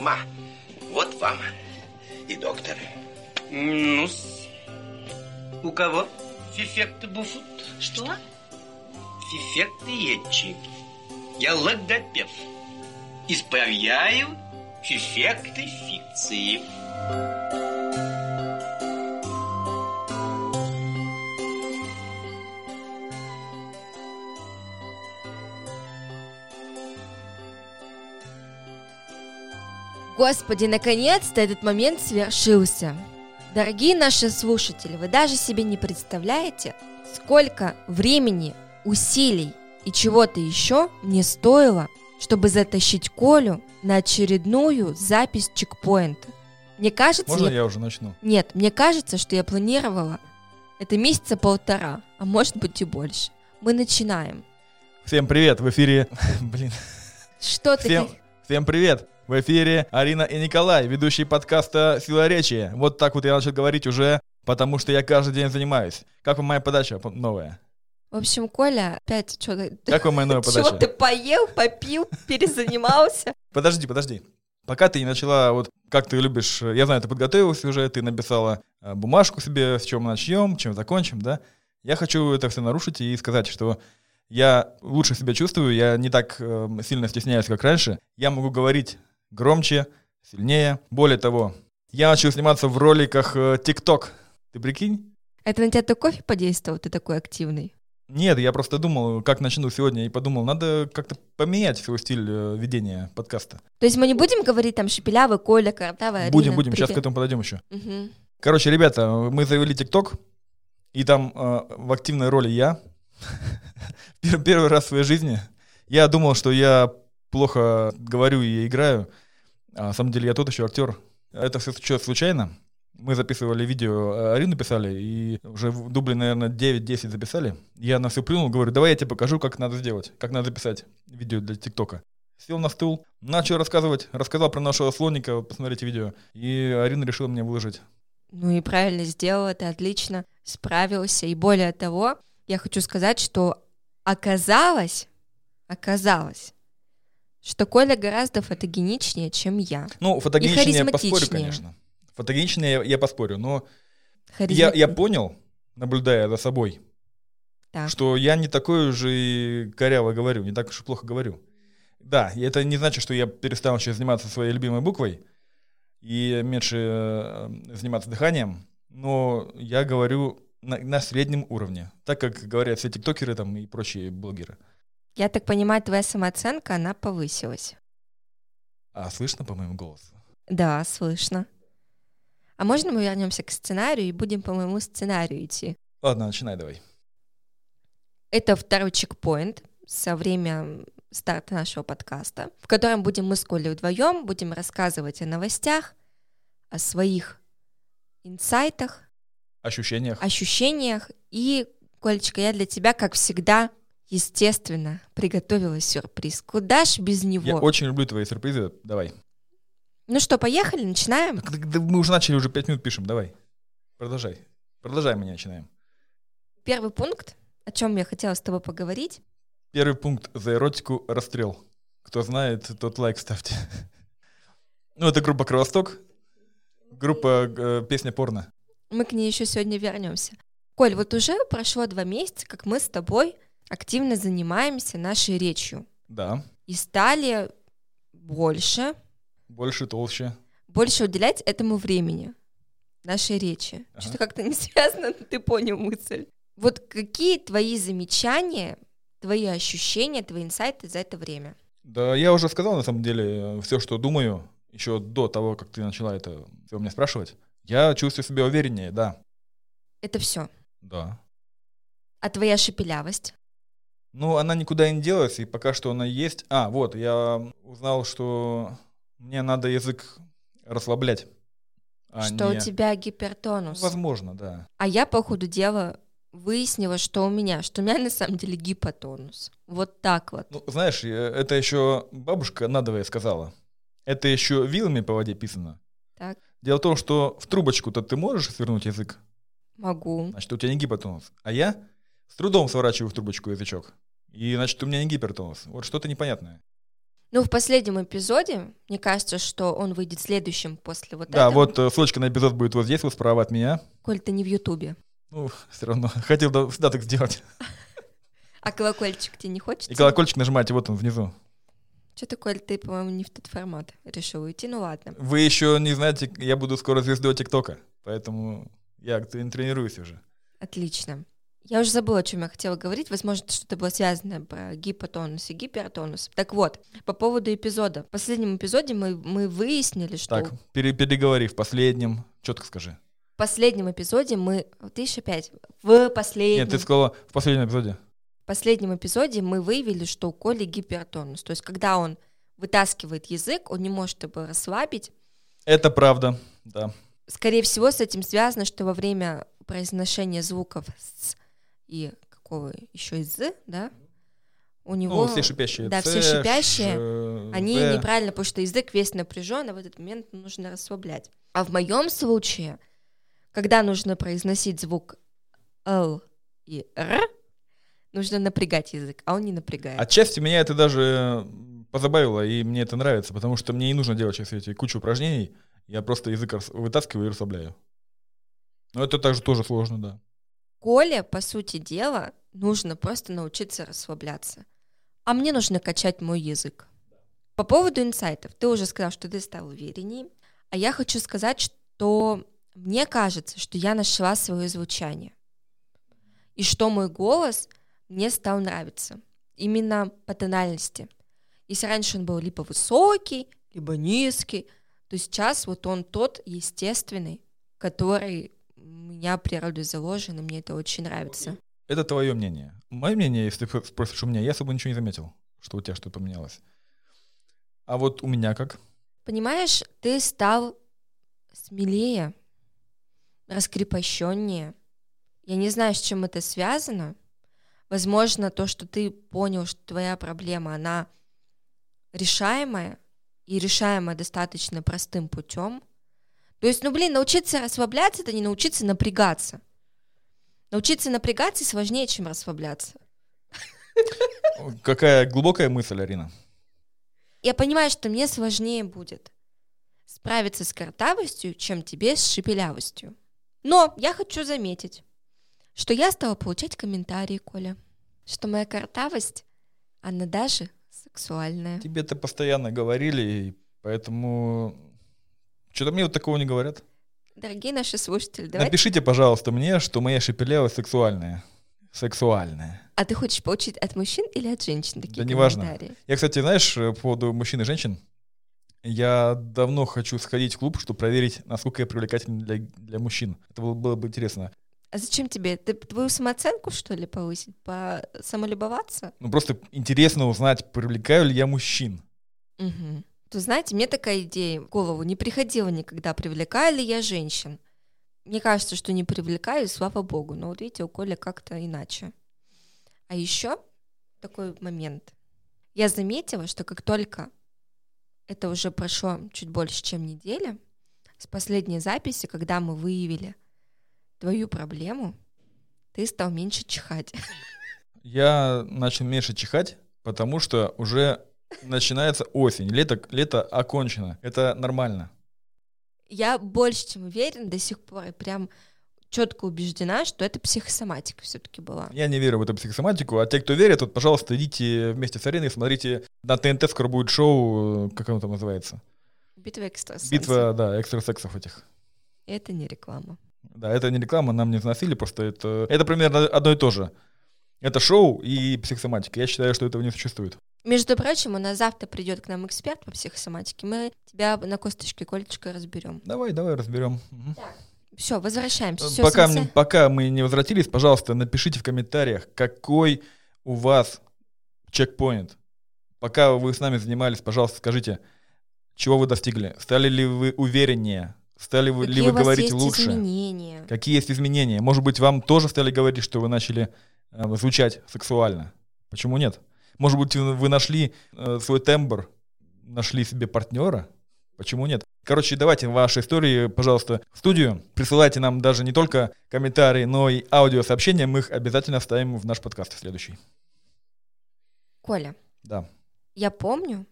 Ма, вот вам и доктор. ну У кого? Фефекты буфут. Что? Фефекты етчи. Я логопед. Исправляю фефекты фикции. Господи, наконец-то этот момент свершился. Дорогие наши слушатели, вы даже себе не представляете, сколько времени, усилий и чего-то еще мне стоило, чтобы затащить Колю на очередную запись чекпоинта. Мне кажется, Можно я- я уже начну? нет, мне кажется, что я планировала это месяца полтора, а может быть и больше. Мы начинаем. Всем привет, в эфире... Блин. Что ты? Всем, всем привет! В эфире Арина и Николай, ведущие подкаста «Сила речи». Вот так вот я начал говорить уже, потому что я каждый день занимаюсь. Как вам моя подача п- новая? В общем, Коля опять что-то... Как вам моя новая Чего ты подача? поел, попил, перезанимался? Подожди, подожди. Пока ты не начала, вот как ты любишь, э, я знаю, ты подготовилась уже, ты написала э, бумажку себе, с чем начнем, чем закончим, да? Я хочу это все нарушить и сказать, что я лучше себя чувствую, я не так э, сильно стесняюсь, как раньше. Я могу говорить громче, сильнее. Более того, я начал сниматься в роликах э, TikTok. Ты прикинь? Это на тебя то кофе подействовал, ты такой активный. Нет, я просто думал, как начну сегодня, и подумал, надо как-то поменять свой стиль э, ведения подкаста. То есть мы не будем говорить там шепелявый, Коля, Картавая, будем, будем, сейчас к этому подойдем еще. Короче, ребята, мы завели ТикТок, и там э, в активной роли я. Пер- Первый раз в своей жизни. Я думал, что я плохо говорю и играю. А на самом деле я тот еще актер. Это все случайно. Мы записывали видео, э, Арину писали, и уже в дубле, наверное, 9-10 записали. Я на все плюнул, говорю, давай я тебе покажу, как надо сделать, как надо записать видео для ТикТока. Сел на стул, начал рассказывать, рассказал про нашего слоника, посмотрите видео. И Арина решила мне выложить. Ну и правильно сделал, ты отлично справился. И более того, я хочу сказать, что оказалось, оказалось, что Коля гораздо фотогеничнее, чем я. Ну, фотогеничнее я поспорю, харизматичнее. конечно. Фотогеничнее я, я поспорю, но я, Харизма- я понял, наблюдая за собой, Так. что я не такой уже и коряво говорю, не так уж и плохо говорю. Да, и это не значит, что я перестал сейчас заниматься своей любимой буквой и меньше э, заниматься дыханием, но я говорю на, на среднем уровне, так как говорят все тиктокеры там и прочие блогеры. Я так понимаю, твоя самооценка, она повысилась. А слышно по моему голосу? Да, слышно. А можно мы вернемся к сценарию и будем по моему сценарию идти? Ладно, начинай давай. Это второй чекпоинт со время старта нашего подкаста, в котором будем мы с Колей вдвоем, будем рассказывать о новостях, о своих инсайтах, Ощущениях. А ощущениях. И, Колечка, я для тебя, как всегда, естественно, приготовила сюрприз. Куда ж без Я него? очень люблю твои сюрпризы, давай. Ну что, поехали, начинаем? Так, так, да А мы уже начали, уже пять минут пишем, давай. Продолжай. Продолжай, мы не начинаем. Первый пункт, о чем я хотела с тобой поговорить. Первый пункт за эротику расстрел. Кто знает, тот лайк ставьте. Ну, это группа Кровосток. Группа э, песня порно. Мы к ней еще сегодня вернемся. Коль, вот уже прошло два месяца, как мы с тобой активно занимаемся нашей речью Да. и стали больше, Больше, толще. больше уделять этому времени, нашей речи. Ага. Что-то как-то не связано, но ты понял мысль. Вот какие твои замечания, твои ощущения, твои инсайты за это время? Да, я уже сказал, на самом деле, все, что думаю, еще до того, как ты начала это все меня спрашивать. Я чувствую себя увереннее, да. Это все. Да. А твоя шепелявость? Ну, она никуда не делась, и пока что она есть. А, вот, я узнал, что мне надо язык расслаблять. а что не- у тебя Ну, гипертонус? Возможно, да. А я по ходу дела выяснила, что у меня, что у меня на самом деле гипотонус. Вот так вот. Ну, знаешь, э, это еще бабушка надовая сказала. Это еще вилами по воде писано. Так. Дело в том, что в трубочку-то ты можешь свернуть язык, Могу. значит, у тебя не гипотонус. А я с трудом сворачиваю в трубочку язычок. И, значит, у меня не гипертонус. Вот что-то непонятное. Ну, в последнем эпизоде, мне кажется, что он выйдет следующим после вот Да, этого. вот э, ссылочка на эпизод будет вот здесь, вот справа от меня. Коль ты не в Ютубе. Ну, все равно. Хотел да- всегда так сделать. А колокольчик тебе не хочется? И колокольчик нажимайте, вот он внизу. Что такое, ты, по-моему, не в тот формат решил уйти? Ну ладно. Вы еще не знаете, я буду скоро звездой ТикТока, поэтому я трени- тренируюсь уже. Отлично. Я уже забыла, о чем я хотела говорить. Возможно, что-то было связано про гипотонус и гипертонус. Так вот, по поводу эпизода. В последнем эпизоде мы, мы выяснили, что Так, пере- переговори в последнем. Четко скажи. в последнем эпизоде мы... Ты еще пять. В последнем. Нет, ты сказала в последнем эпизоде. В последнем эпизоде мы выявили, что у Коли гипертонус. То есть, когда он вытаскивает язык, он не может его расслабить. Это правда, да. Скорее всего, с этим связано, что во время произношения звуков «с» и какого еще и «з», да, у него... Ну, все шипящие. да, «Ц», все шипящие, «Ш», Они «З». неправильно, потому что язык весь напряжен, а в этот момент нужно расслаблять. А в моем случае, когда нужно произносить звук Л и Р, нужно напрягать язык, а он не напрягает. Отчасти меня это даже позабавило, и мне это нравится, потому что мне не нужно делать сейчас эти кучу упражнений. Я просто язык рас- вытаскиваю и расслабляю. Но это также тоже сложно, да. Коле, по сути дела, нужно просто научиться расслабляться. А мне нужно качать мой язык. По поводу инсайтов, ты уже сказал, что ты стал уверенней, а я хочу сказать, что мне кажется, что я нашла свое звучание, и что мой голос мне стал нравиться, именно по тональности. Если раньше он был либо высокий, либо низкий, то сейчас вот он тот естественный, который у меня природой заложен, и мне это очень нравится. Это твое мнение. Мое мнение, если ты спросишь у меня, я особо ничего не заметил, что у тебя что-то поменялось. А вот у меня как? Понимаешь, ты стал смелее, раскрепощеннее. Я не знаю, с чем это связано. Возможно, то, что ты понял, что твоя проблема, она решаемая, и решаемая достаточно простым путем. То есть, ну, блин, научиться расслабляться, это не научиться напрягаться. Научиться напрягаться сложнее, чем расслабляться. Какая глубокая мысль, Арина. Я понимаю, что мне сложнее будет справиться с картавостью, чем тебе с шепелявостью. Но я хочу заметить, что я стала получать комментарии, Коля, что моя картавость, она даже сексуальная. Тебе это постоянно говорили, и поэтому... Что-то мне вот такого не говорят. Дорогие наши слушатели, давай. Напишите, пожалуйста, мне, что моя шепелявость сексуальная. Сексуальная. А ты хочешь получить от мужчин или от женщин такие Да неважно. комментарии? Я, кстати, знаешь, э, по поводу мужчин и женщин, я давно хочу сходить в клуб, чтобы проверить, насколько я привлекателен для, для мужчин. Это было, было бы интересно. А зачем тебе? Ты твою самооценку, что ли, повысить? По самолюбоваться? Ну, просто интересно узнать, привлекаю ли я мужчин. Угу. То знаете, мне такая идея в голову не приходила никогда, привлекаю ли я женщин. Мне кажется, что не привлекаю, и слава богу. Но вот видите, у Коля как-то иначе. А еще такой момент. Я заметила, что как только это уже прошло чуть больше, чем неделя, с последней записи, когда мы выявили твою проблему, ты стал меньше чихать. Я начал меньше чихать, потому что уже начинается осень. Лето, лето окончено. Это нормально. Я больше чем уверена до сих пор, и прям четко убеждена, что это психосоматика все-таки была. Я не верю в эту психосоматику, а те, кто верит, вот, пожалуйста, идите вместе с Ариной, смотрите, на ТНТ скоро будет шоу, э, как оно там называется? Битва экстрасенсов. Битва, да, экстрасексов этих. Это не реклама. Да, это не реклама, нам не заносили, просто это, это примерно одно и то же. Это шоу и психосоматика. Я считаю, что этого не существует. Между прочим, у нас завтра придет к нам эксперт по психосоматике. Мы тебя на косточке колечко разберем. Давай, давай разберем. Мгм. Все, возвращаемся. Всё, пока, Сансе. мне- пока мы не возвратились, пожалуйста, напишите в комментариях, какой у вас чекпоинт. Пока вы с нами занимались, пожалуйста, скажите, чего вы достигли? Стали ли вы увереннее? Стали вы, ли Какие вы у вас говорить есть лучше? изменения? Какие есть изменения? Может быть, вам тоже стали говорить, что вы начали э, звучать сексуально? Почему нет? Может быть, вы вы нашли э, свой тембр, нашли себе партнера? Почему нет? Короче, давайте ваши истории, пожалуйста, в студию. Присылайте нам даже не только комментарии, но и аудиосообщения. Мы их обязательно вставим в наш подкаст следующий. Коля, Да. я помню,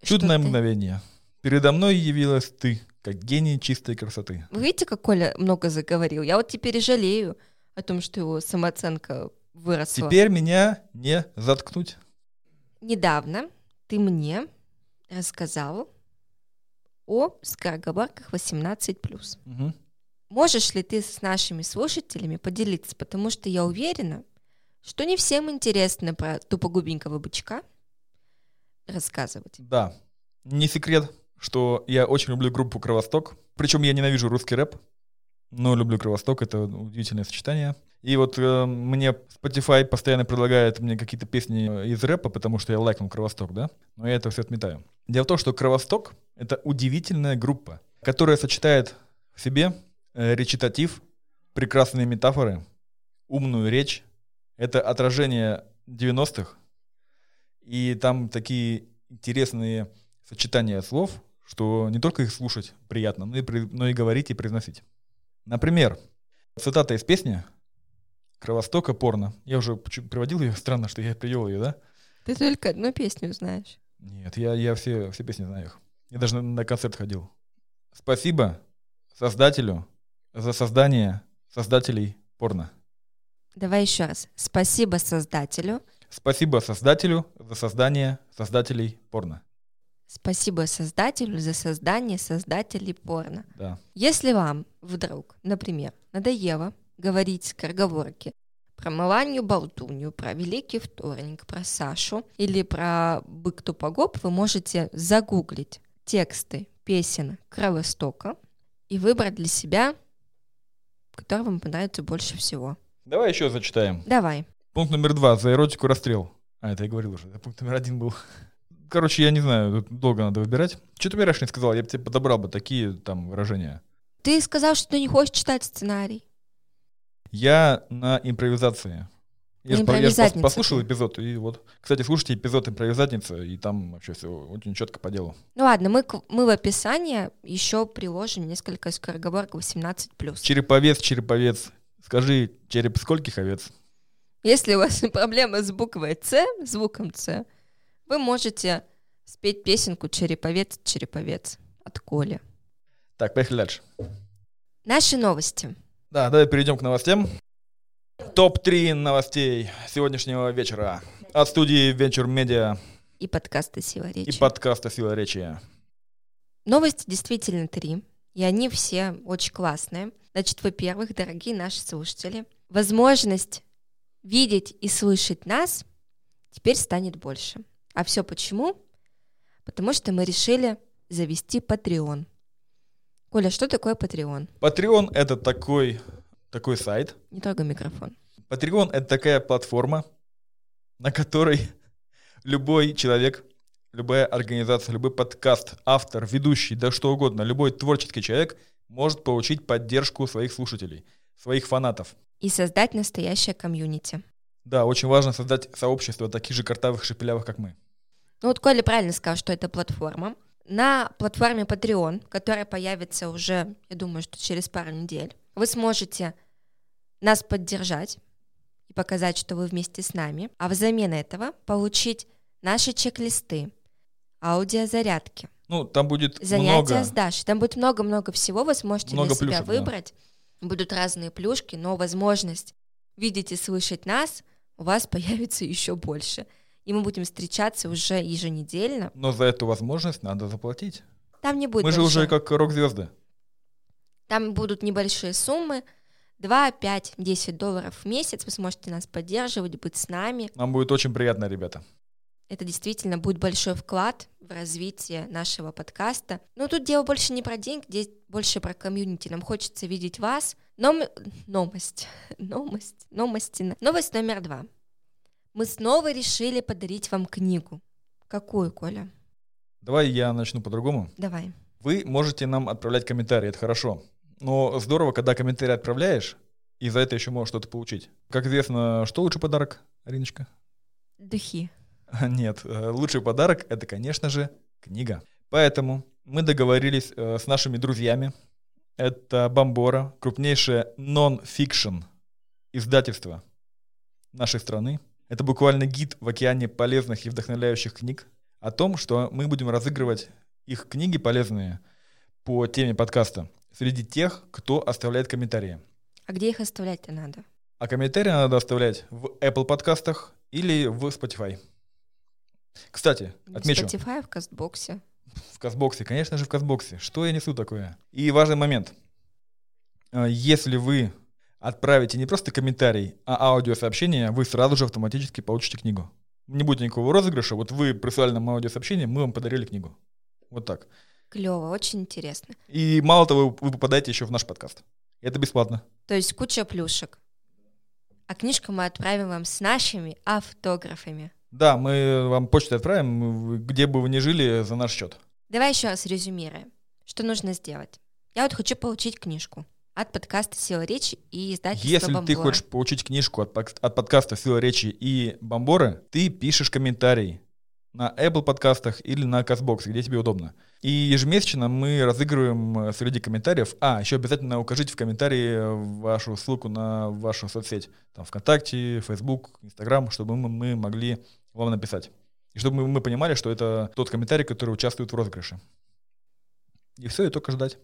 Что Чудное ты? мгновение. Передо мной явилась ты, как гений чистой красоты. Вы видите, как Коля много заговорил? Я вот теперь и жалею о том, что его самооценка выросла. Теперь меня не заткнуть. Недавно ты мне рассказал о скороговорках 18+. Мгм. Можешь ли ты с нашими слушателями поделиться? Потому что я уверена, что не всем интересно про тупогубенького бычка рассказывать. Да. Не секрет, что я очень люблю группу Кровосток. Причем я ненавижу русский рэп, но люблю Кровосток, это удивительное сочетание. И вот э, мне Spotify постоянно предлагает мне какие-то песни э, из рэпа, потому что я лайкнул Кровосток, да? Но я это все отметаю. Дело в том, что Кровосток — это удивительная группа, которая сочетает в себе э, речитатив, прекрасные метафоры, умную речь. Это отражение 90-х, и там такие интересные сочетания слов, что не только их слушать приятно, но и, при- но и говорить и произносить. Например, цитата из песни «Кровостока порно». Я уже почу- приводил ее, странно, что я привел ее, да? Ты только одну песню знаешь. Нет, я, я все, все песни знаю их. Я даже на, на концерт ходил. Спасибо создателю за создание создателей порно. Давай еще раз. Спасибо создателю. Спасибо создателю за создание создателей порно. Спасибо создателю за создание создателей порно. Да. Если вам вдруг, например, надоело говорить скороговорки про Маланью Болтунью, про Великий Вторник, про Сашу или про Бык Тупогоп, вы можете загуглить тексты песен Кровостока и выбрать для себя, который вам понравится больше всего. Давай еще зачитаем. Давай. Пункт номер два. За эротику расстрел. А, это я говорил уже. да, Пункт номер один был. Короче, я не знаю, тут долго надо выбирать. Что ты мне раньше не сказал? Я бы тебе подобрал бы такие там выражения. Ты сказал, что ты не хочешь читать сценарий. Я на импровизации. Я ж по- я ж пос- Импровизатница послушал ты. эпизод, и вот. Кстати, слушайте эпизод импровизатница, и там вообще все очень четко по делу. Ну ладно, мы, к- мы в описании еще приложим несколько скороговорок 18+. Череповец, череповец. Скажи, череп скольких овец? Если у вас проблемы с буквой С, звуком С, вы можете спеть песенку «Череповец, череповец» от Коли. Так, поехали дальше. Наши новости. Да, давай перейдем к новостям. Топ-3 новостей сегодняшнего вечера от студии Venture Media И подкасты «Сила и речи». подкаста «Сила речи». Новости действительно три, и они все очень классные. Значит, во-первых, дорогие наши слушатели, возможность видеть и слышать нас теперь станет больше. А все почему? Потому что мы решили завести Patreon. Коля, что такое Patreon? Patreon — это такой, такой сайт. Не трогай микрофон. Patreon — это такая платформа, на которой любой человек, любая организация, любой подкаст, автор, ведущий, да что угодно, любой творческий человек может получить поддержку своих слушателей, своих фанатов. И создать настоящее комьюнити. Да, очень важно создать сообщество таких же картавых шепелявых, как мы. Ну вот Коля правильно сказал, что это платформа. На платформе Patreon, которая появится уже, я думаю, что через пару недель, вы сможете нас поддержать и показать, что вы вместе с нами, а взамен этого получить наши чек-листы, аудиозарядки, Ну, там будет занятия много... с Дашей. Там будет много-много всего, вы сможете Много для себя плюшек, да. выбрать. Будут разные плюшки, но возможность видеть и слышать нас у вас появится еще больше. И мы будем встречаться уже еженедельно. Но за эту возможность надо заплатить. Там не будет мы же уже больших- как рок-звезды. Там будут небольшие суммы. 2, 5, 10 долларов в месяц. Вы сможете нас поддерживать, быть с нами. Нам будет очень приятно, ребята. Это действительно будет большой вклад в развитие нашего подкаста. Но тут дело больше не про деньги, здесь больше про комьюнити. Нам хочется видеть вас. Ном... Номость. Номость. Номости. на- Новость номер два. Мы снова решили подарить вам книгу. Какую, Коля? Давай я начну по-другому. Давай. Вы можете нам отправлять комментарии, это хорошо. Но здорово, когда комментарий отправляешь, и за это еще можешь что-то получить. Как известно, что лучший подарок, Ариночка? Духи. Нет, э, лучший подарок это, конечно же, книга. Поэтому мы договорились э, с нашими друзьями. Это Бомбора, крупнейшее нон-фикшн издательство нашей страны. Это буквально гид в океане полезных и вдохновляющих книг. о том, что мы будем разыгрывать их книги полезные по теме подкаста среди тех, кто оставляет комментарии. А где их оставлять-то надо? А комментарии надо оставлять в Apple подкастах или в Spotify. Кстати, отмечу, В Spotify, в Кастбоксе. в Казбоксе, конечно же, в Казбоксе. Что я несу такое? И важный момент. Э, Если вы отправите не просто комментарий, а аудиосообщение, вы сразу же автоматически получите книгу. Не будет никакого розыгрыша. Вот вы прислали нам аудиосообщение, мы вам подарили книгу. Вот так. Клево, очень интересно. И мало того, вы попадаете еще в наш подкаст. Это бесплатно. То есть куча плюшек. А книжку мы отправим вам с нашими автографами. Да, мы вам почту отправим, вы- где бы вы ни жили, за наш счет. Давай еще раз резюмируем, что нужно сделать. Я вот хочу получить книжку от подкаста «Сила речи» и издательства Если ты «Бомбора». хочешь получить книжку от, пак- от подкаста «Сила речи» и «Бомборы», ты пишешь комментарий на Apple подкастах или на Казбокс, где тебе удобно. И ежемесячно мы разыгрываем э, среди комментариев. А, еще обязательно укажите в комментарии э, вашу ссылку на вашу соцсеть. Там ВКонтакте, Facebook, Instagram, чтобы мы, мы могли вам написать. И чтобы мы, мы понимали, что это тот комментарий, который участвует в розыгрыше. И все, и только ждать.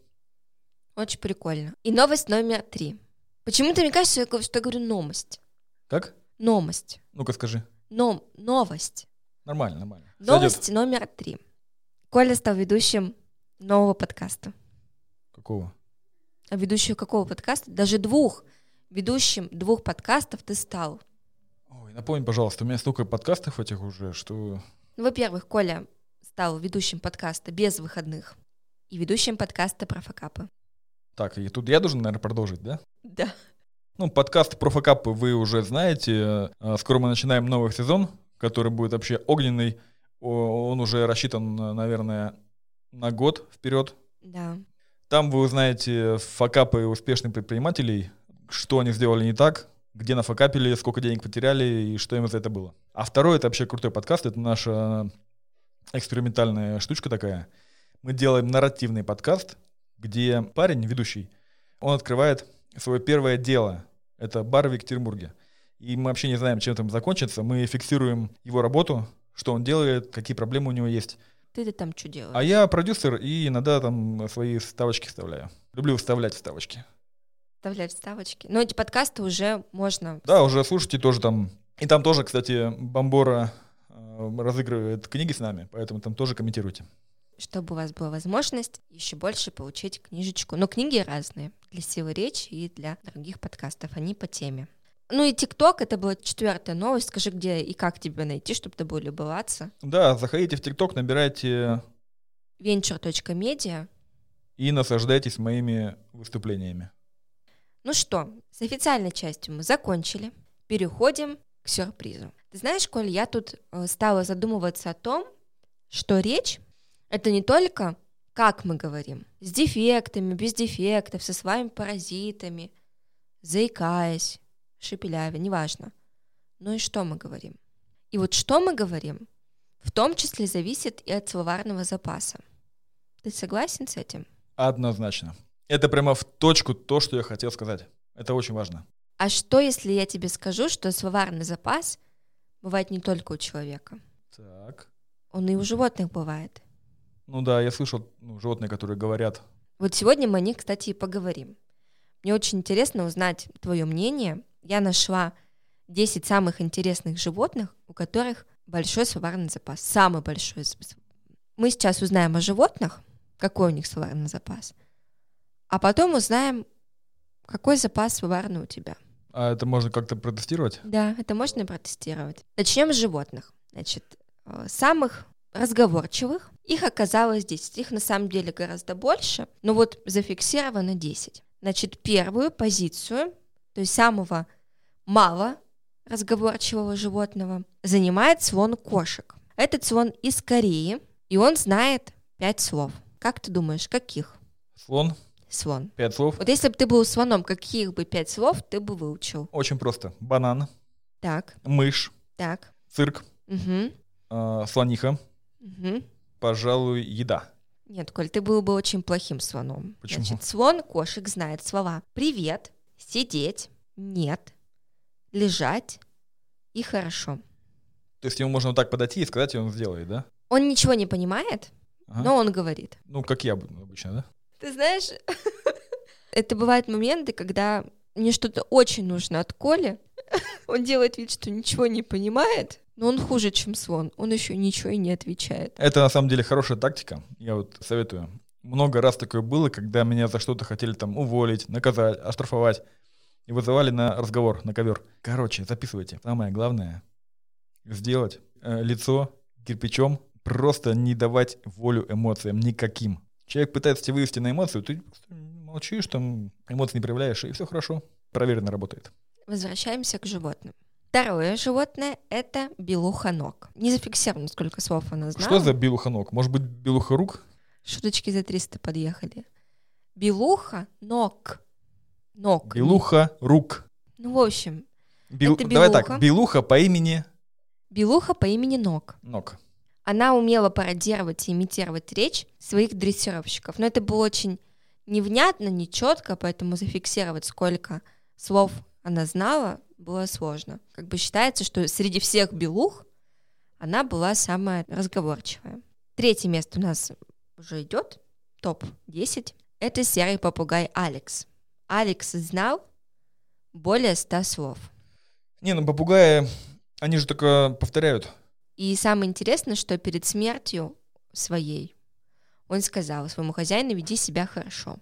Очень прикольно. И новость номер три. Почему-то мне кажется, я говорю- что я говорю «номость». Как? Номость. Ну-ка скажи. Ном, новость. Нормально, нормально. Сойдет. Новость номер три. Коля стал ведущим нового подкаста. Какого? А ведущим какого подкаста? Даже двух. Ведущим двух подкастов ты стал. Ой, напомни, пожалуйста, у меня столько подкастов этих уже, что... Ну, во-первых, Коля стал ведущим подкаста «Без выходных» и ведущим подкаста про факапы. Так, и тут я должен, наверное, продолжить, да? Да. Ну, подкаст про факапы вы уже знаете. Э, Скоро мы начинаем новый сезон, который будет вообще огненный. О, Он уже рассчитан, э, наверное, на год вперед. Да. Там вы узнаете факапы успешных предпринимателей, что они сделали не так, где нафакапили, сколько денег потеряли и что им за это было. А второй это вообще крутой подкаст, это наша экспериментальная штучка такая. Мы делаем нарративный подкаст, где парень, ведущий, он открывает свое первое дело. Это бар в Екатеринбурге. И мы вообще не знаем, чем там закончится. Мы фиксируем его работу, что он делает, какие проблемы у него есть. Ты-то там что делаешь? А я продюсер и иногда там свои вставочки вставляю. Люблю вставлять вставочки. Вставляй вставочки. Но эти подкасты уже можно... Да, уже слушайте тоже там. И там тоже, кстати, Бомбора э, разыгрывает книги с нами, поэтому там тоже комментируйте. чтобы у вас была возможность еще больше получить книжечку. Но книги разные для силы речи и для других подкастов, они по теме. Ну и ТикТок, это была четвертая новость. Скажи, где и как тебя найти, чтобы тобой любоваться. Да, заходите в ТикТок, набирайте Venture.media. и наслаждайтесь моими выступлениями. Ну что, с официальной частью мы закончили. Переходим к сюрпризу. Ты знаешь, Коль, я тут э, стала задумываться о том, что речь — это не только как мы говорим, с дефектами, без дефектов, со своими паразитами, заикаясь, шепелявя, неважно. Но и что мы говорим. И вот что мы говорим, в том числе зависит и от словарного запаса. Ты согласен с этим? Однозначно. Это прямо в точку то, что я хотел сказать. Это очень важно. А что, если я тебе скажу, что словарный запас бывает не только у человека? Так. Он и у животных бывает. Ну да, я слышал ну, животные, которые говорят. Вот сегодня мы о них, кстати, и поговорим. Мне очень интересно узнать твое мнение. Я нашла 10 самых интересных животных, у которых большой словарный запас. Самый большой. з- з- Мы сейчас узнаем о животных, какой у них словарный запас, а потом узнаем, какой запас словарный у тебя. А это можно как-то протестировать? Да, это можно протестировать. Начнем с животных. Значит, э, самых разговорчивых. Их оказалось 10. Их на самом деле гораздо больше, но вот зафиксировано 10. Значит, первую позицию, то есть самого мало разговорчивого животного, занимает слон кошек. Этот слон из Кореи, и он знает пять слов. Как ты думаешь, каких Слон, слон? пять слов. Вот если бы ты был слоном, каких бы пять слов ты бы выучил? Очень просто. Банан, Так, мышь, так. цирк, Угу. А, слониха, Мгм. пожалуй, еда. Нет, Коль, ты был бы очень плохим слоном. Почему? Значит, слон кошек знает слова «привет», «сидеть», «нет», «лежать» и «хорошо». То есть ему можно вот так подойти и сказать, и он сделает, да? Он ничего не понимает, Ага. но он говорит. Ну, как я обычно, да? Ты знаешь, это бывают моменты, когда мне что-то очень нужно от Коли. Он делает вид, что ничего не понимает, но он хуже, чем слон. Он еще ничего и не отвечает. Это на самом деле хорошая тактика. Я вот советую. Много раз такое было, когда меня за что-то хотели там уволить, наказать, оштрафовать. И вызывали на разговор, на ковер. Короче, записывайте. Самое главное сделать э, лицо кирпичом, просто не давать волю эмоциям никаким. Человек пытается тебя вывести на эмоцию, ты просто молчишь, там эмоции не проявляешь, и все хорошо. Проверено работает. Возвращаемся к животным. Второе животное — это белуха ног. Не зафиксировано, сколько слов она знала. Что за белуха ног? Может быть, белуха рук? Шуточки за 300 подъехали. Белуха ног. Ног. Белуха рук. Ну, в общем, Бел- Это Давай белуха. так, белуха по имени белуха по имени Ног. ног. Она умела пародировать и имитировать речь своих дрессировщиков. Но это было очень невнятно, нечетко, поэтому зафиксировать, сколько слов она знала, было сложно. Как бы считается, что среди всех белух она была самая разговорчивая. Третье место у нас уже идет, топ-10. Это серый попугай Алекс. Алекс знал более 100 слов. Не, ну попугаи, они же только повторяют. И самое интересное, что перед смертью своей он сказал своему хозяину, веди себя хорошо.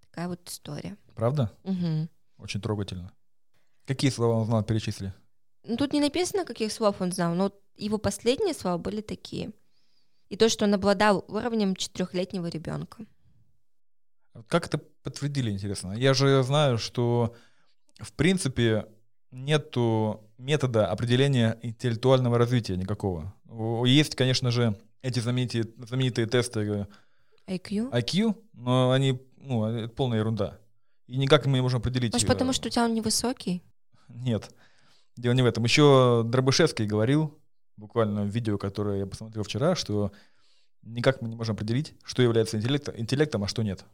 Такая вот история. Правда? Мгм. Очень трогательно. Какие слова он знал, перечисли? Ну, тут не написано, каких слов он знал, но вот его последние слова были такие. И то, что он обладал уровнем четырехлетнего ребенка. Вот Как это подтвердили, интересно? Я же знаю, что в принципе нету метода определения интеллектуального развития никакого. О, Есть, конечно же, эти знаменитые, знаменитые тесты IQ? IQ, но они, ну, это полная ерунда. И никак мы не можем определить. Может, э, потому что у тебя он невысокий? Нет. Дело не в этом. Еще Дробышевский говорил, буквально в видео, которое я посмотрел вчера, что никак мы не можем определить, что является интеллекта- интеллектом, а что нет.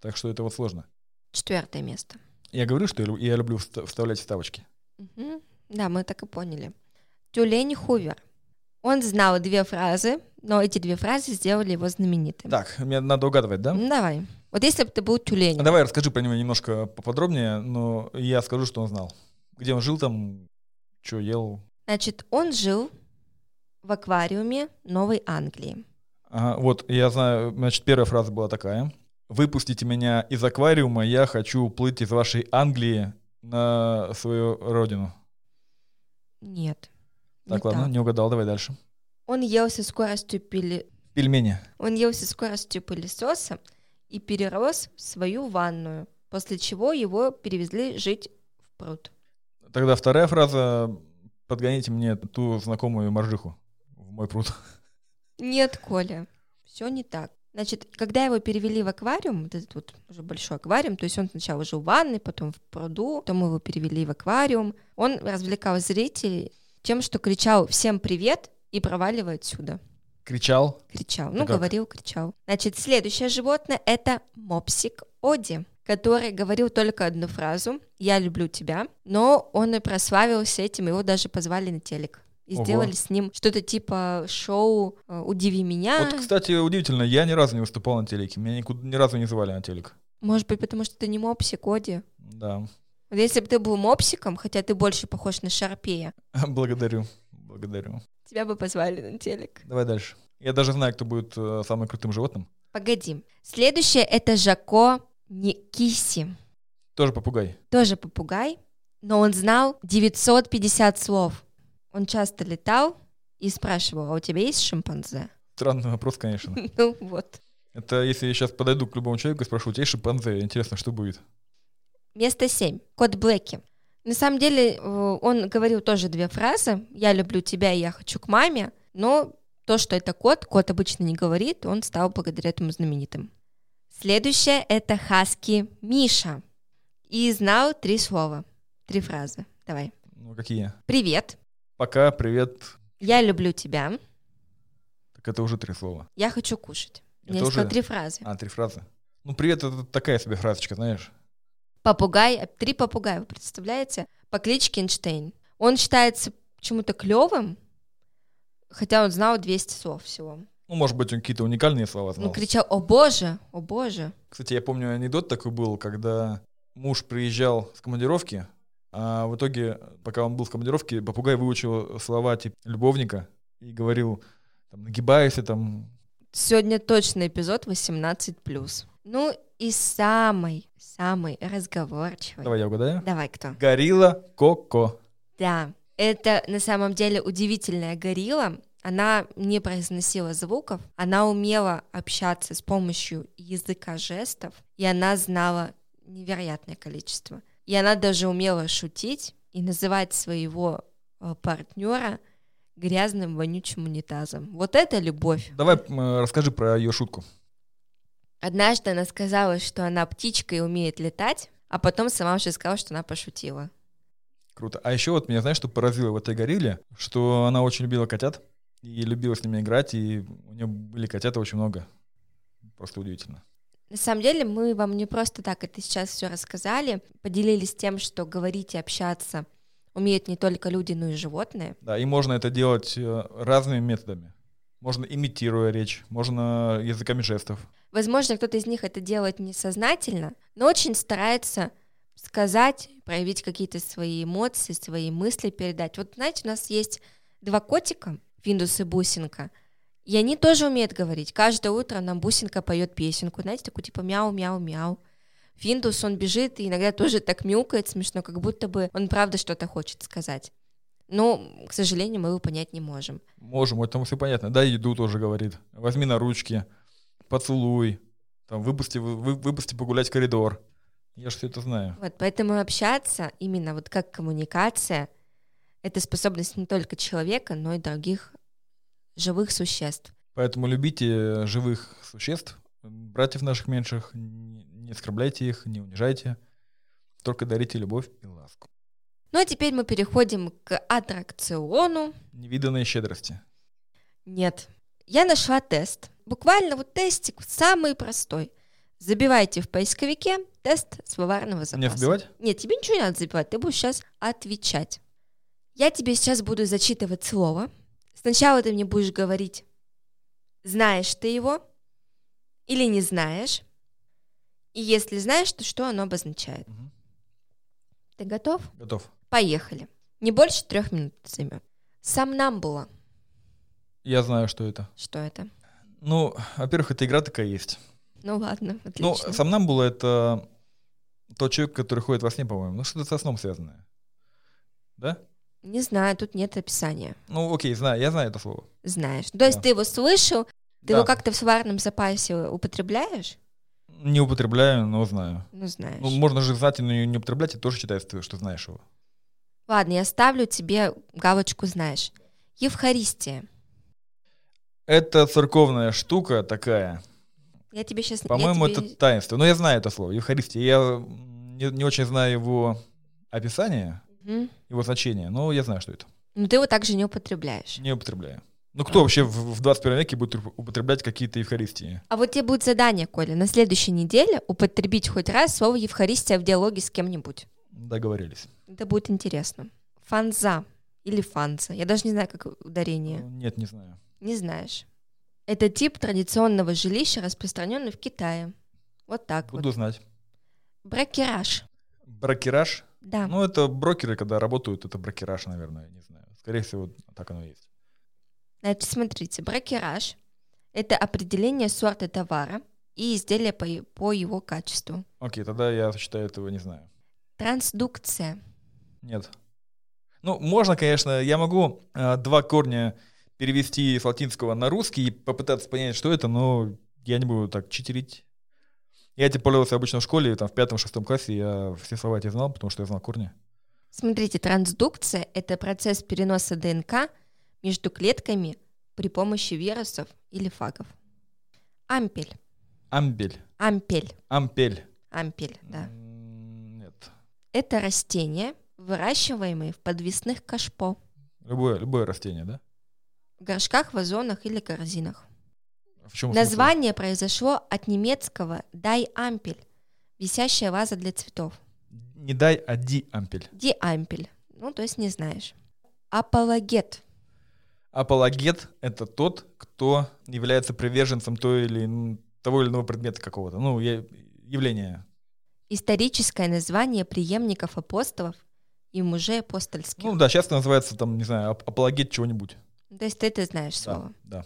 Так что это вот сложно. Четвертое место. Я говорю, что я лю- я люблю вста- вставлять вставочки. Мгм. Да, мы так и поняли. Тюлень Хувер. Он знал две фразы, но эти две фразы сделали его знаменитым. Так, мне надо угадывать, да? Ну, Давай. Вот если бы ты был тюленем. А Давай расскажи про него немножко поподробнее, но я скажу, что он знал. Где он жил там, что ел. Значит, он жил в аквариуме Новой Англии. Ага, вот, я знаю, значит, первая фраза была такая. «Выпустите меня из аквариума, я хочу уплыть из вашей Англии на свою родину». Нет. не Так, ладно, так. не угадал, давай дальше. Он ел со скоростью пили... Пельмени. Он ел со скоростью пылесоса и перерос в свою ванную, после чего его перевезли жить в пруд. Тогда вторая фраза. Подгоните мне ту знакомую моржиху в мой пруд. Нет, Коля, все не так. Значит, когда его перевели в аквариум, вот этот вот уже большой аквариум, то есть он сначала жил в ванной, потом в пруду, потом его перевели в аквариум, он развлекал зрителей тем, что кричал «Всем привет!» и «Проваливай отсюда!» Кричал. Кричал. Да Ну, как? говорил, кричал. Значит, следующее животное — это мопсик Оди, который говорил только одну фразу «Я люблю тебя», но он и прославился этим, его даже позвали на телек. И Ого. сделали с ним что-то типа шоу э, «Удиви меня». Вот, кстати, удивительно, я ни разу не выступал на телеке. Меня никуда, ни разу не звали на телек. Может быть, потому что ты не мопсик, Оди. Да. Вот если бы ты был мопсиком, хотя ты больше похож на Шарпея, Благодарю. Благодарю. тебя бы позвали на телек. Давай дальше. Я даже знаю, кто будет э, самым крутым животным. Погоди. Следующее — это Жако Никиси. Тоже попугай. Тоже попугай, но он знал 950 слов. Он часто летал и спрашивал, а у тебя есть шимпанзе? Странный вопрос, конечно. Ну вот. Это если я сейчас подойду к любому человеку и спрошу, у тебя есть шимпанзе? Интересно, что будет? Место 7. Кот Блэки. На самом деле э, он говорил тоже две фразы «я люблю тебя» и «я хочу к маме», но то, что это кот, кот обычно не говорит, он стал благодаря этому знаменитым. Следующее — это хаски Миша. И знал три слова, три фразы. Давай. Ну, какие? «Привет», Пока, привет. «я люблю тебя», Так это уже три слова. «я хочу кушать». Это Я искала уже- три фразы. А, три фразы. Ну, привет, это такая себе фразочка, знаешь. Попугай, э, три попугая, вы представляете? По кличке Эйнштейн. Он считается почему-то клевым, хотя он знал 200 слов всего. Ну, может быть, он какие-то уникальные слова знал. Он кричал «О боже! О боже!» Кстати, я помню анекдот такой был, когда муж приезжал с командировки, а в итоге, пока он был в командировке, попугай выучил слова типа любовника и говорил, там, нагибайся, там, Сегодня точно эпизод 18+. Ну и самый, самый разговорчивый. давай я угадаю. Давай кто? Горилла Коко. Да, это на самом деле удивительная горилла. Она не произносила звуков, она умела общаться с помощью языка жестов, и она знала невероятное количество. И она даже умела шутить и называть своего партнера грязным вонючим унитазом. Вот это любовь. Давай м, расскажи про ее шутку. Однажды она сказала, что она птичка и умеет летать, а потом сама уже сказала, что она пошутила. Круто. А еще вот меня, знаешь, что поразило в этой горилле? Что она очень любила котят и любила с ними играть, и у нее были котята очень много. Просто удивительно. На самом деле мы вам не просто так это сейчас все рассказали, поделились тем, что говорить и общаться умеют не только люди, но и животные. Да, и можно это делать э, разными методами. Можно имитируя речь, можно языками жестов. Возможно, кто-то из них это делает несознательно, но очень старается сказать, проявить какие-то свои эмоции, свои мысли передать. Вот знаете, у нас есть два котика, Виндус и Бусинка, и они тоже умеют говорить. Каждое утро нам Бусинка поет песенку, знаете, такую типа мяу-мяу-мяу. Виндус, он бежит и иногда тоже так мяукает смешно, как будто бы он правда что-то хочет сказать. Но, к сожалению, мы его понять не можем. Можем, это все понятно. Да, еду тоже говорит. Возьми на ручки, поцелуй, там, выпусти, вы- вы- выпусти погулять в коридор. Я же все это знаю. Вот, поэтому общаться именно вот как коммуникация — это способность не только человека, но и других живых существ. Поэтому любите живых существ, братьев наших меньших, не не оскорбляйте их, не унижайте, только дарите любовь и ласку. Ну а теперь мы переходим к аттракциону. Невиданные щедрости. Нет. Я нашла тест. Буквально вот тестик самый простой. Забивайте в поисковике тест словарного запаса. Мне сбивать? Нет, тебе ничего не надо забивать, ты будешь сейчас отвечать. Я тебе сейчас буду зачитывать слово. Сначала ты мне будешь говорить, знаешь ты его или не знаешь. И если знаешь, то что оно обозначает. Мгм. Ты готов? Готов. Поехали. Не больше трех минут займет. Самнамбула. Я знаю, что это. Что это? Ну, во-первых, эта игра такая есть. Ну ладно, Ну, отлично. сомнамбула — это тот человек, который ходит во сне, по-моему. Ну, что-то со сном связанное. Да? Не знаю, тут нет описания. Ну, окей, знаю, я знаю это слово. Знаешь. То есть Да. ты его слышал, ты его Да. как-то в сварном запасе употребляешь? Не употребляю, но знаю. Ну знаешь. Ну, можно же знать, но и не употреблять, и тоже считается, что знаешь его. Ладно, я ставлю тебе галочку «Знаешь». Евхаристия. Это церковная штука такая. Я тебе сейчас... По-моему, я тебе... это таинство. Но я знаю это слово, Евхаристия. Я м, не, не очень знаю его описание, Мгм. его значение, но я знаю, что это. Но ты его также не употребляешь. Не употребляю. Ну, А. кто вообще в, в 21 веке будет уп- употреблять какие-то Евхаристии? А вот тебе будет задание, Коля, на следующей неделе употребить хоть раз слово «евхаристия» в диалоге с кем-нибудь. Договорились. Это будет интересно. Фанза или фанза. Я даже не знаю, как ударение. Ну, Нет, не знаю. Не знаешь. Это тип традиционного жилища, распространенный в Китае. Вот так Буду вот. знать. Бракераж. Брокераж. Да. Ну, это брокеры, когда работают, это брокераж, наверное, я не знаю. Скорее всего, так оно и есть. Значит, смотрите, бракераж – это определение сорта товара и изделия по, е- по его качеству. Окей, тогда я считаю этого не знаю. Трансдукция. Нет. Ну, можно, конечно, я могу э, два корня перевести с латинского на русский и попытаться понять, что это, но я не буду так читерить. Я этим пользовался обычно в школе, там в пятом-шестом классе я все слова эти знал, потому что я знал корни. Смотрите, трансдукция – это процесс переноса ДНК между клетками при помощи вирусов или фагов. Ампель. Амбель. Ампель. Ампель. Ампель, да. М, Нет. Это растения, выращиваемые в подвесных кашпо, Любое, любое растение, да? в горшках, вазонах или корзинах. В чем смысл? Название произошло от немецкого «дай ампель» – висящая ваза для цветов. Не дай, а ди ампель. Диампель. Ну, то есть не знаешь. Апологет. Апологет — это тот, кто является приверженцем той или, ин- того или иного предмета какого-то, ну, я- явления. Историческое название преемников апостолов и мужей апостольских. Ну да, сейчас это называется, там, не знаю, ап- апологет чего-нибудь. То есть ты это знаешь Да, слово. да.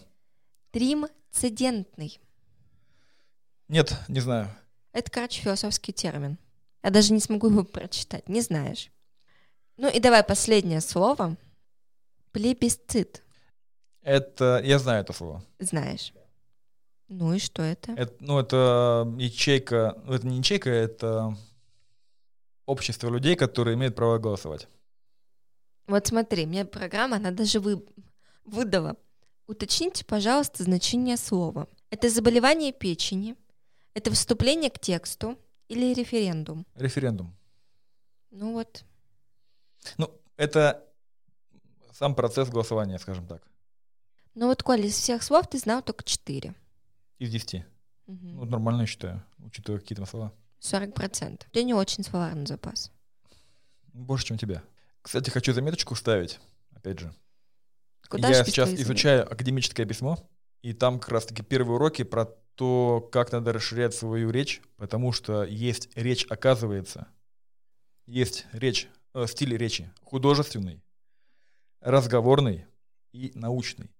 Тримцидентный. Нет, не знаю. Это, короче, философский термин. Я даже не смогу его прочитать, не знаешь. Ну и давай последнее слово. Плебисцит. Это, я знаю это слово. Знаешь. Ну и что это? Это, ну, это ячейка, ну, это не ячейка, это общество людей, которые имеют право голосовать. Вот смотри, мне программа, она даже вы... выдала. Уточните, пожалуйста, значение слова. Это заболевание печени, это вступление к тексту или референдум. Референдум. Ну вот, Ну, это сам процесс голосования, скажем так, ну вот, Коля, из всех слов ты знал только четыре. из 10. Мгм. Ну, нормально, я считаю, учитывая какие там слова. 40%. У тебя не очень словарный запас. Больше, чем у тебя. Кстати, хочу заметочку вставить, опять же. Куда я ж без сейчас твоих заметок? изучаю академическое письмо, и там как раз-таки первые уроки про то, как надо расширять свою речь, потому что есть речь, оказывается, есть речь, э, стиль речи художественный, разговорный и научный.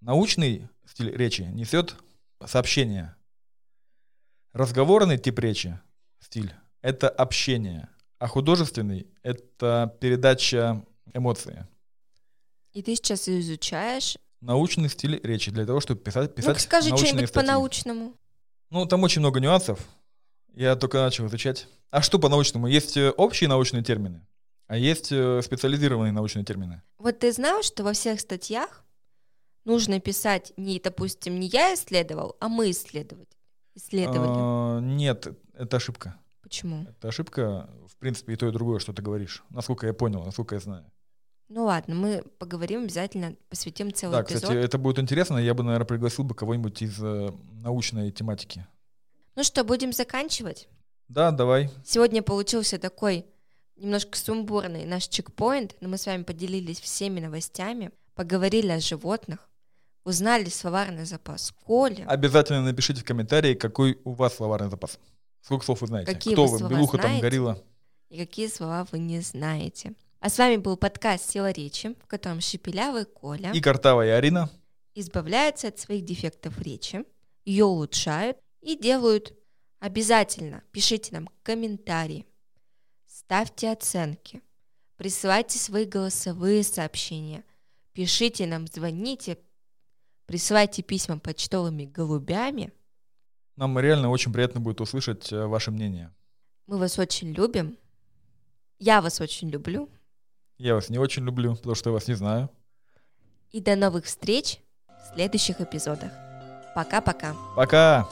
Научный стиль речи несет сообщение. Разговорный тип речи, стиль, это общение, а художественный — это передача эмоции И ты сейчас её изучаешь. научный стиль речи для того, чтобы писать, писать Ну-ка Ну, скажи научные что-нибудь статьи. по-научному. Ну, там очень много нюансов. Я только начал изучать. А что по-научному? Есть э, общие научные термины, а есть э, специализированные научные термины. Вот ты знал, что во всех статьях нужно писать не, допустим, не я исследовал, а мы исследовали. Исследовали. А, Нет, это ошибка. Почему? Это ошибка, в принципе, и то, и другое, что ты говоришь. Насколько я понял, насколько я знаю. Ну ладно, мы поговорим обязательно, посвятим целый да, эпизод. кстати, это будет интересно. Я бы, наверное, пригласил бы кого-нибудь из э, научной тематики. Ну что, будем заканчивать? Да, давай. Сегодня получился такой немножко сумбурный наш чекпоинт, но мы с вами поделились всеми новостями, поговорили о животных, узнали словарный запас Коля. Обязательно напишите в комментарии, какой у вас словарный запас. Сколько слов вы знаете? Какие Кто вы вы? слова Белуха там, знаете? горилла. и какие слова вы не знаете. А с вами был подкаст «Сила речи», в котором Шепелявый Коля И Картавая Арина. избавляется от своих дефектов речи, ее улучшают и делают. Обязательно пишите нам комментарии, ставьте оценки, присылайте свои голосовые сообщения, пишите нам, звоните, присылайте письма почтовыми голубями. Нам реально очень приятно будет услышать э, ваше мнение. Мы вас очень любим. Я вас очень люблю. Я вас не очень люблю, потому что я вас не знаю. И до новых встреч в следующих эпизодах. Пока-пока. Пока!